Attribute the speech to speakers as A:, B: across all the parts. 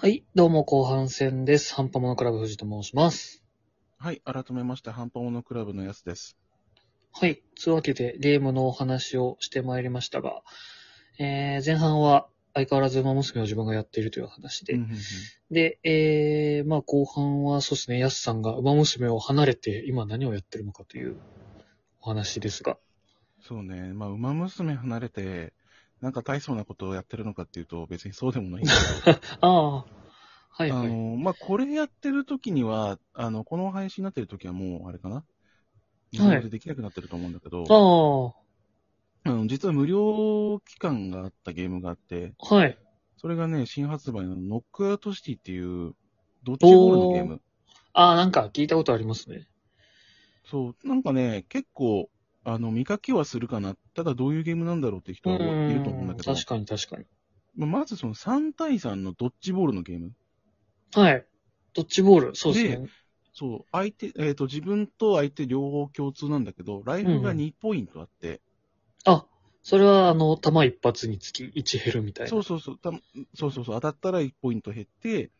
A: はい、どうも後半戦です。ハンパモノクラブ藤と申します。
B: はい、改めまして、ハンパモノクラブのやつです。
A: はい、つうわけでゲームのお話をしてまいりましたが、えー、前半は相変わらず馬娘を自分がやっているという話で、
B: うんうんうん
A: で、えー、まあ後半はそうですね、やすさんが馬娘を離れて今何をやってるのかというお話ですが、
B: そうね、まあ、馬娘離れて、なんか大層なことをやってるのかっていうと、別にそうで もないんだ
A: ああ、は
B: け
A: い
B: ど、あ
A: はい。
B: の、まあ、これやってる時には、あの、この配信になってる時はもう、あれかな無料でできなくなってると思うんだけど、
A: ああ、
B: あの実は無料期間があったゲームがあって、
A: はい。
B: それがね、新発売のノックアウトシティっていう、ドッジボールのゲーム。
A: ああ、なんか聞いたことありますね。
B: そう、なんかね、結構、あの、見かけはするかな。ただどういうゲームなんだろうって人
A: う
B: はいると思うんだ
A: ん、
B: けど。
A: 確かに確かに。
B: まあまずその3対3のドッジボールのゲーム。
A: はい。ドッジボール、そうですね。
B: そう、相手、えっ、と、自分と相手両方共通なんだけど、ライフ
A: う
B: が
A: ん
B: 2ポイントあって、
A: あ、それはあの、弾一発につき1減るみたいな。
B: そうそうそう、たそうそうそう、当たったら1ポイント減って、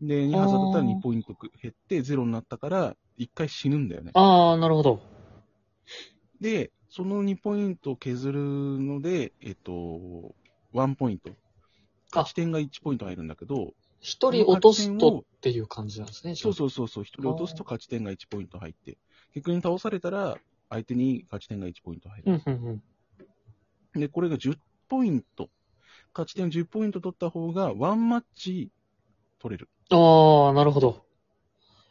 B: で、2発当たったら2ポイント減って、ゼロになったから、1回死ぬんだよね。
A: ああ、なるほど。
B: で、その2ポイントを削るので、えっ、と、1ポイント。勝ち点が1ポイント入るんだけど、
A: 一人落とすとっていう感じなんですね。
B: そう
A: う。
B: そうそうそう、一人落とすと勝ち点が1ポイント入って、逆に倒されたら、相手に勝ち点が1ポイント入
A: う
B: る。
A: ん、うん、うん。
B: で、これが10ポイント。勝ち点10ポイント取った方が、ワンマッチ取れる。
A: ああ、なるほど。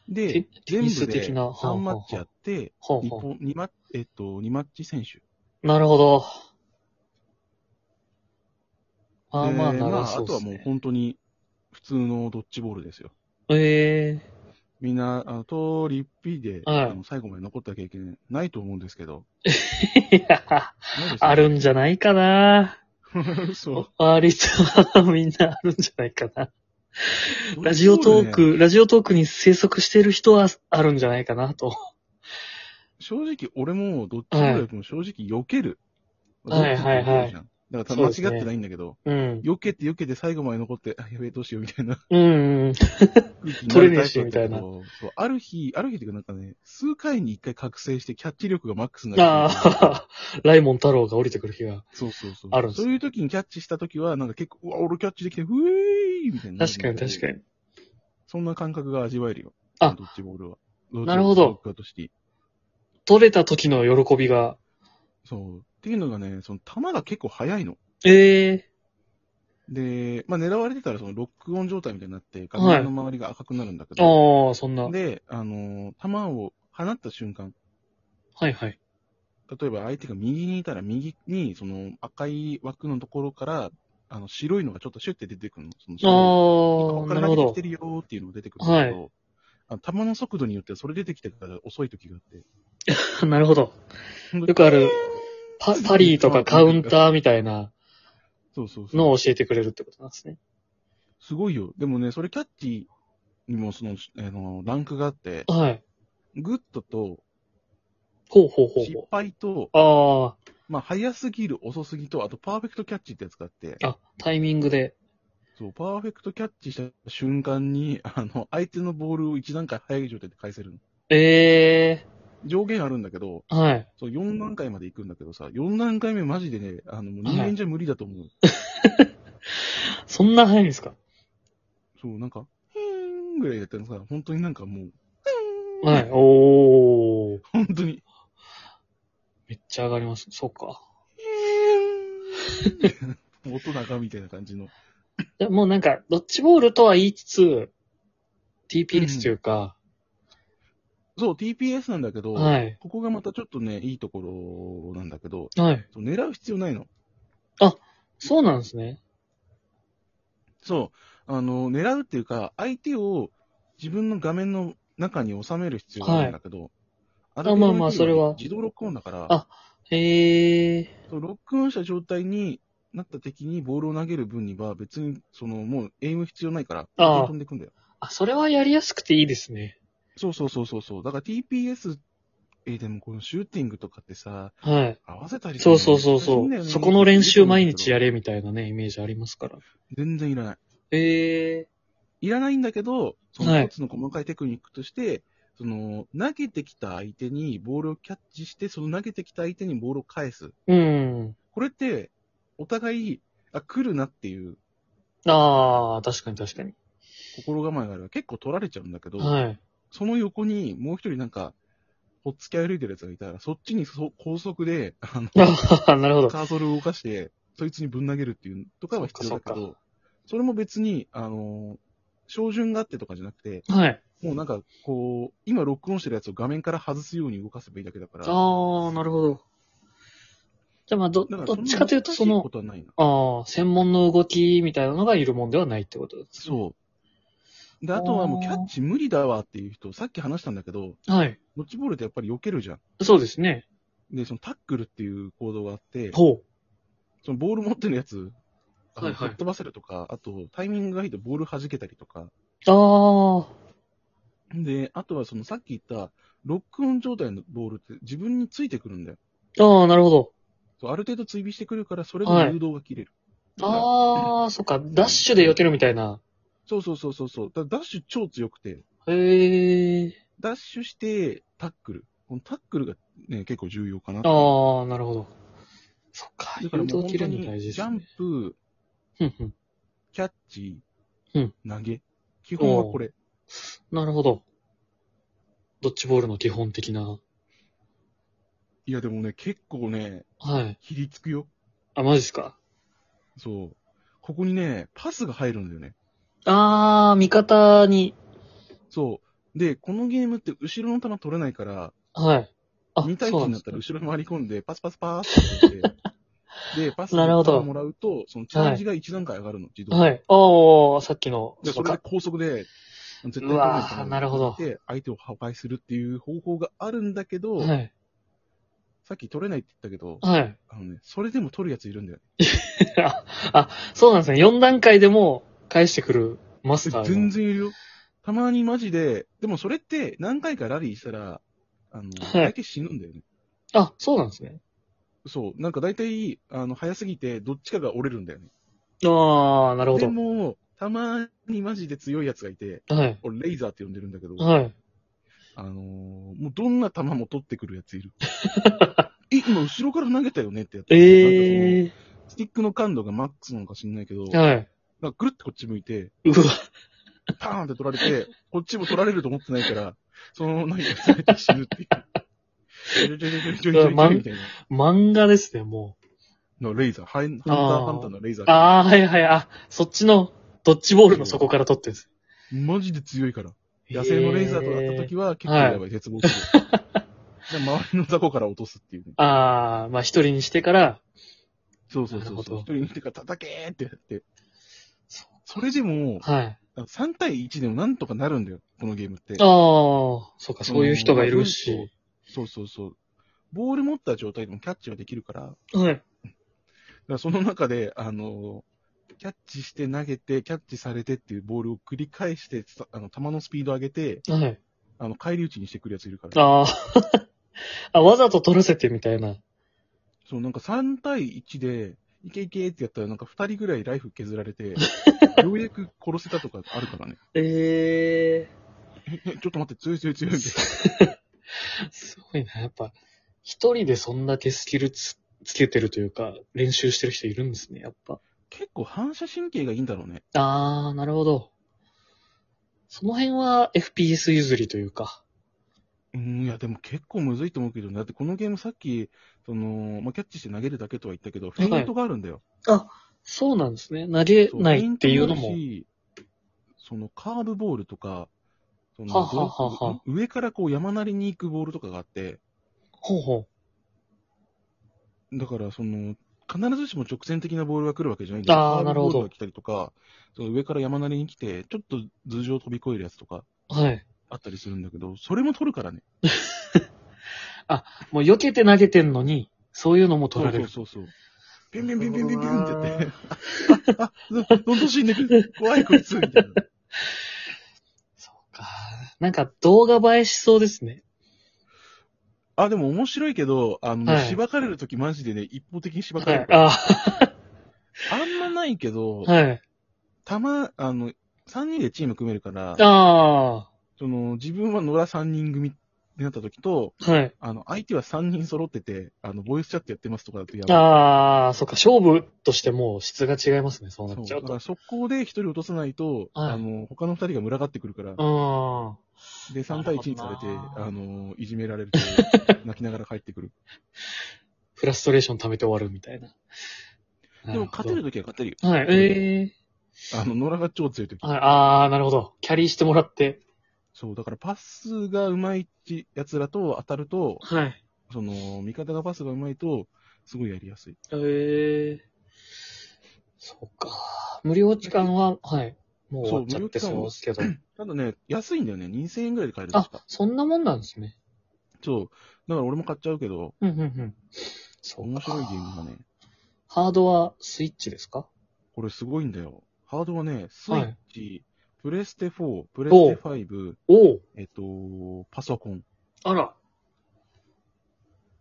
B: で
A: テ、テ
B: 全
A: ニ
B: 部
A: ス
B: で
A: 的な
B: 3マッチやって、
A: ほう
B: 2
A: ほ
B: ポ二マッえっと、2マッチ選手。
A: う。なるほど。まあまあ、
B: で
A: 長
B: あ
A: そう
B: と
A: で
B: は
A: す
B: もう
A: ね。
B: 本当に、普通のドッジボールですよ。
A: ええ
B: みんな、あの、通りっぴで、
A: はい
B: あの最後まで残った経験ないと思うんですけど。
A: いや、
B: ないですね
A: あるんじゃないかな。
B: 嘘
A: 割と、みんなあるんじゃないかな。ラジオトー
B: ドッジボルね
A: ク、ラジオトークに生息してる人はあるんじゃないかなと。
B: 正直、俺もどっちもよりも正直避ける。
A: はいはいはい
B: どっちも避けるじゃんだから
A: そうですね
B: 間違ってないんだけど、
A: うん。
B: 避けて避けて最後まで残って、あ、やべえどうしようみたいな
A: うん、うん。
B: 空気になる
A: 取れねえ
B: タイ
A: し
B: プだっ
A: みたい
B: たけど
A: な
B: そう、ある日、ある日っていうかなんかね、数回に一回覚醒してキャッチ力がマックスにな
A: あ
B: る。
A: あ、 ライモン太郎が降りてくる日が。
B: そうそうそう。
A: あるんです
B: そういう時にキャッチした時は、なんか結構、うわ、俺キャッチできて、うえーいみたいにな。
A: 確かに確か
B: に。
A: に。
B: そんな感覚が味わえるよ。
A: あ
B: ドッジボールは。ドッジボール
A: なるほど
B: ノックアウトシティ
A: 取れた時の喜びが。
B: そう。っていうのがね、その球が結構速いの。
A: ええ
B: で、まあ、狙われてたら、そのロックオン状態みたいになって、画
A: はい
B: 面の周りが赤くなるんだけど、
A: ああ、そんな。はい
B: で、あのー弾を放った瞬間、
A: はい。
B: 例えば相手が右にいたら、右に、その赤い枠のところから、あの、白いのがちょっとシュッて出てくるの。その
A: あ
B: 白い
A: あ、
B: こ
A: な
B: こか
A: る
B: ら
A: ほど
B: 投げてきて。るよーっていうのが出てくるんだけど、あの弾の速度によってはそれ出てきてから遅い時があって。
A: なるほど。 よくある、 パパリーとかカウンターみたいな
B: そうそうそう。
A: のを教えてくれるってことなんですね。
B: すごいよ。でもね、それキャッチにもその、あの、ランクがあって、
A: はい。
B: グッドと、
A: ほうほうほう
B: 失
A: ほ
B: 敗と、
A: う。あ
B: まあ、早すぎる、遅すぎと、あと、パーフェクトキャッチってやつがあって、
A: あ、あ、タイミングで。
B: そう、パーフェクトキャッチした瞬間に、 あの、相手のボールを一段階早い状態で返せるの。
A: ええ
B: 上限あるんだけど、
A: はい。
B: そう、4段階まで行くんだけどさ、4段階目マジでね、あの、もう人間じゃ無理だと思う。
A: そんな早いんですか
B: そう、なんか、ヒーンぐらいやったらさ、本当になんかもう、 ヒーン
A: はい。おー。
B: 本当に、
A: めっちゃ上がります。そうか。
B: ヒー ン音高みたいな感じの。
A: でもうなんか、ドッジボールとは言いつつ、TPS というか、
B: そう、TPS なんだけど、
A: はい。
B: ここがまたちょっとね、いいところなんだけど、
A: はい。
B: そう狙う必要ないの。
A: そうなんですね。
B: そう。あの、狙うっていうか、相手を自分の画面の中に収める必要があるんだけど、あ
A: あまあまあそれは
B: 自動ロックオンだから、
A: あへえ。
B: そうロックオンした状態になった敵にボールを投げる分には、別に、その、もう、エイム必要ないから、
A: ああ
B: 飛んでいくんだよ。
A: あ、それはやりやすくていいですね。
B: そうそうそうそうそう。だから TPS、えーでもこのシューティングとかってさ、
A: はい。
B: 合わせたりとか
A: そうそうそうそ
B: 難しいんだよ
A: う。
B: ね
A: そこの練習毎日や
B: る。
A: れみたいなね、イメージありますから。
B: 全然いらない。
A: ええ
B: いらないんだけど、そ
A: は
B: の
A: い
B: 一つの細かいテクニックとして、その、投げてきた相手にボールをキャッチして、その投げてきた相手にボールを返す。
A: うん。
B: これって、お互い、あ、来るなっていう
A: ああ、確かに確かに。
B: 心構えがあれば結構取られちゃうんだけど、
A: はい。
B: その横にもう一人なんか、ほっつき歩いてるやつがいたら、そっちにそ高速で、あの、
A: ああ、なるほど。
B: カーソルを動かして、そいつにぶん投げるっていうとかは必要だけ
A: そっかそ
B: ど、それも別に、あの、照準があってとかじゃなくて、
A: はい。
B: もうなんか、こう、今ロックオンしてるやつを画面から外すように動かせばいいだけだから、
A: ああ、なるほど。じゃあまあ、ど、
B: だら
A: どっちかというと、そ
B: んな難し
A: の
B: いこ、とはないな。
A: ああ、専門の動きみたいなのがいるもんではないってことですね。
B: そう。で、あとはもうキャッチ無理だわっていう人、さっき話したんだけど、
A: はい。
B: ドッジボールってやっぱり避けるじゃん。
A: そうですね。
B: で、そのタックルっていう行動があって、
A: ほう。
B: そのボール持ってるやつ、あの
A: はいはい
B: 吹っ飛ばせるとか、あとタイミングがいいとボール弾けたりとか、
A: あ
B: で、あとはそのさっき言った、ロックオン状態のボールって自分についてくるんだよ。
A: あ、ああ、なるほど。
B: そうある程度追尾してくるから、それで誘導が切れる。
A: ああ、そっか、ダッシュで避けるみたいな。
B: そうそうそうそうそう。だダッシュ超強くて、
A: へえ。
B: ダッシュしてタックル。このタックルがね、結構重要かな。
A: ああ、なるほど。そっか、
B: だから
A: 誘
B: も
A: 導
B: う本
A: 切
B: 当
A: るの
B: に
A: 大事で
B: ジャ
A: す
B: ン
A: ね。
B: プ、
A: ふんふん。
B: キャッチ、
A: うん
B: 投げ。基本はこれ。
A: なるほど。ドッジボールの基本的な。
B: いやでもね、結構ね、
A: はい。
B: ひりつくよ。
A: あ、マジっすか。
B: そう。ここにね、パスが入るんだよね。
A: ああ、味方に。
B: そう。で、このゲームって後ろの球取れないから、
A: はい。あ、
B: 2対
A: そうな
B: 1
A: んで
B: になっ
A: す
B: たら
A: ね。
B: 後ろに回り込んで、パスパスパーって言って、 で、パス
A: なるほど
B: もらうと、そのチャージが1段階上がるの、自動で。
A: はい。ああ、さっきの。
B: で、
A: そ
B: そ
A: っ
B: れで
A: か。
B: 高速で、絶対
A: うわー
B: 取れい球を
A: なるほど
B: 取って、相手を破壊するっていう方法があるんだけど、
A: はい。
B: さっき取れないって言ったけど、
A: はい。
B: あのね、それでも取るやついるんだよ。
A: あ、あそうなんですね。4段階でも返してくるマスターの。
B: 全然いるよ。たまにマジで、でもそれって何回かラリーしたら、あの、
A: はい
B: 相手死ぬんだよね。
A: あ、そうなんですね。
B: そう。なんか大体、あの、早すぎて、どっちかが折れるんだよね。
A: ああ、なるほ
B: で
A: ど。
B: も、たまにマジで強いやつがいて、
A: はい。
B: 俺、レイザーって呼んでるんだけど、
A: はい。
B: あのーもうどんな球も取ってくるや ついる。え、今後ろから投げたよねってやつ。
A: ええ
B: なんかそのスティックの感度がマックスなのか知んないけど、なん
A: はい。
B: かぐるってこっち向いて、
A: うわ、
B: パーンって取られて、こっちも取られると思ってないから、その何かされて死ぬっていう。ちょいちょいちょいちょいちょいちょいみたい
A: 漫画ですね、も
B: な。のレイザー、ハイハンタ
A: あ
B: ー
A: ー
B: ハンターのレイザ
A: う。
B: ー。
A: ああ、はいはい、あ、そっちの、ドッジボールの底から撮ってるんです。
B: マジで強いから。野生のレイザーとだった時は結構やばい、絶望する。で、周りの雑魚から落とすっていうね。
A: ああ、まあ一人にしてから、
B: そうそうそう
A: なる
B: そう。
A: ほど
B: 一人にてから叩けーってやって。それでも、
A: はい。
B: 3対1でもなんとかなるんだよ、このゲームって。
A: ああ、そうか、そういう人がいるし。
B: そうそうそう。ボール持った状態でもキャッチはできるから、だか
A: はい。
B: らその中で、あの、キャッチして投げて、キャッチされてっていうボールを繰り返して、さあの、球のスピード上げて、
A: はい。
B: あの、返り討ちにしてくるやついるから。
A: あ あ、あ、わざと撮らせてみたいな。
B: そう、なんか3対1で、いけいけってやったら、なんか2人ぐらいライフ削ら れて、ようやく殺せたとかあるからね。
A: ええ
B: えちょっと待って、強い強い強いみたいな。
A: すごいな、やっぱ、一人でそんだけスキルつつけてるというか、練習してる人いるんですね、やっぱ。
B: 結構反射神経がいいんだろうね。
A: あー、なるほど。その辺は FPS 譲りというか。
B: うん、いや、でも結構むずいと思うけどね。だってこのゲームさっき、その、まあ、キャッチして投げるだけとは言ったけど、フ
A: い
B: ェイントがあるんだよ。
A: そうなんですね。投げ
B: そう
A: ないっていうの
B: フェ
A: も。
B: イントあるしその、カーブボールとか、その
A: はははは
B: 上からこう山なりに行くボールとかがあって、
A: ほうほ
B: だから、その、必ずしも直線的なボールが来るわけじゃないん
A: あー
B: カーブ
A: なるほど
B: ボールが来たりとか、その上から山なりに来て、ちょっと頭上飛び越えるやつとか
A: う。はい。
B: あったりするんだけど、それも取るからね。
A: もう避けて投げてんのに、そういうのも取られる。
B: そうそうそうそう。ピュンピュンピュンピュンピュンピュンってやって。あ、あどんどん死んでくる。怖いこいつ。みたいな。
A: そうか。なんか動画映えしそうですね。
B: あ、でも面白いけど、あの、
A: はい
B: しばかれるときマジでね、一方的にしばか
A: は
B: れる
A: い。
B: から。
A: あ
B: あんまないけど、
A: ーはい。
B: たま、あの、 3人でチーム組めるから、
A: あ
B: その、自分は野良3人組になった時と、
A: あ、はい。
B: あの、相手は3人揃ってて、あの、ボイスチャットやってますとかだとやばい。
A: ああ、そっか、勝負としてもう質が違いますね、そうな
B: そ
A: っ
B: う。
A: ちゃ
B: だ
A: う
B: か
A: と。
B: ら速攻で1人落とさないと、
A: はい
B: あの、他の2人が群がってくるから、
A: うん。
B: で、3対1にされて
A: なるほ、どな
B: あの、いじめ られると、泣きながら帰ってくる。
A: フラストレーション溜めて終わるみたいな。
B: でも、勝てる
A: る
B: 時は勝てるよ。
A: ほど。はい、ええ
B: あの、野良が超強い時。
A: はい、ああ、なるほど。キャリーしてもらって。
B: そう、だからパスが上手いち奴らと当たると、
A: はい。
B: その、味方がパスが上手いと、すごいやりやすい。
A: ええそうか。無料期間は、はい。もう終わっちゃって
B: そう
A: そうですけど。
B: ただね、安いんだよね。2000円ぐらいで買えるんで
A: あ
B: すか。、
A: そんなもんなんですね。
B: そう。だから俺も買っちゃうけど、
A: うん、うん、うん。そう
B: 面
A: か
B: 白いゲームだね。
A: ハードはスイッチですか
B: これすごいんだよ。ハードはね、スイッチ、プレステ4、プレ
A: お
B: ス
A: う
B: テ5、
A: おお
B: えっと、パソコン。
A: あら。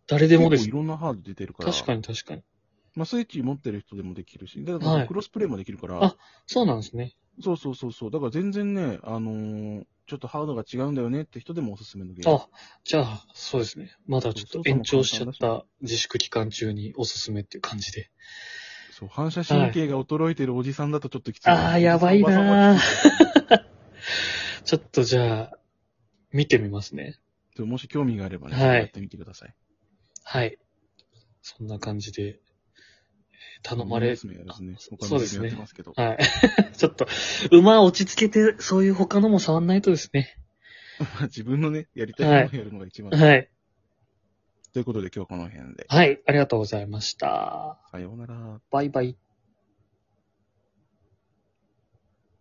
A: 誰でもで
B: 結
A: す
B: 構い。ろんなハード出てるから。
A: 確かに確かに。
B: まあ、スイッチ持ってる人でもできるし、だか
A: は
B: ら
A: い
B: クロスプレイもできるから、
A: あそうなんですね。
B: そうそうそうそう。だから全然ね、あのーちょっとハードが違うんだよねって人でもおすすめのゲーム。
A: あ、じゃあ、そうですね。まだちょっと延長しちゃった自粛期間中におすすめっていう感じで。
B: そう、反射神経が衰えてるおじさんだとちょっときつい。
A: あーやばいなー
B: おじさんおばさんはきつい
A: ちょっとじゃあ、見てみますね。
B: そうもし興味があればね、
A: はい
B: やってみてください。
A: はい。そんな感じで、えー頼まれ、
B: 娘やですね。
A: あ
B: 他
A: そ
B: の
A: うです
B: 娘
A: ね
B: やってますけど。
A: はい。ちょっと、馬落ち着けて、そういう他のも触んないとですね。
B: 自分のね、やりたいものをやるのが一番。
A: はい。
B: ということで今日はこの辺で。
A: はい、ありがとうございました。
B: さようなら。
A: バイバイ。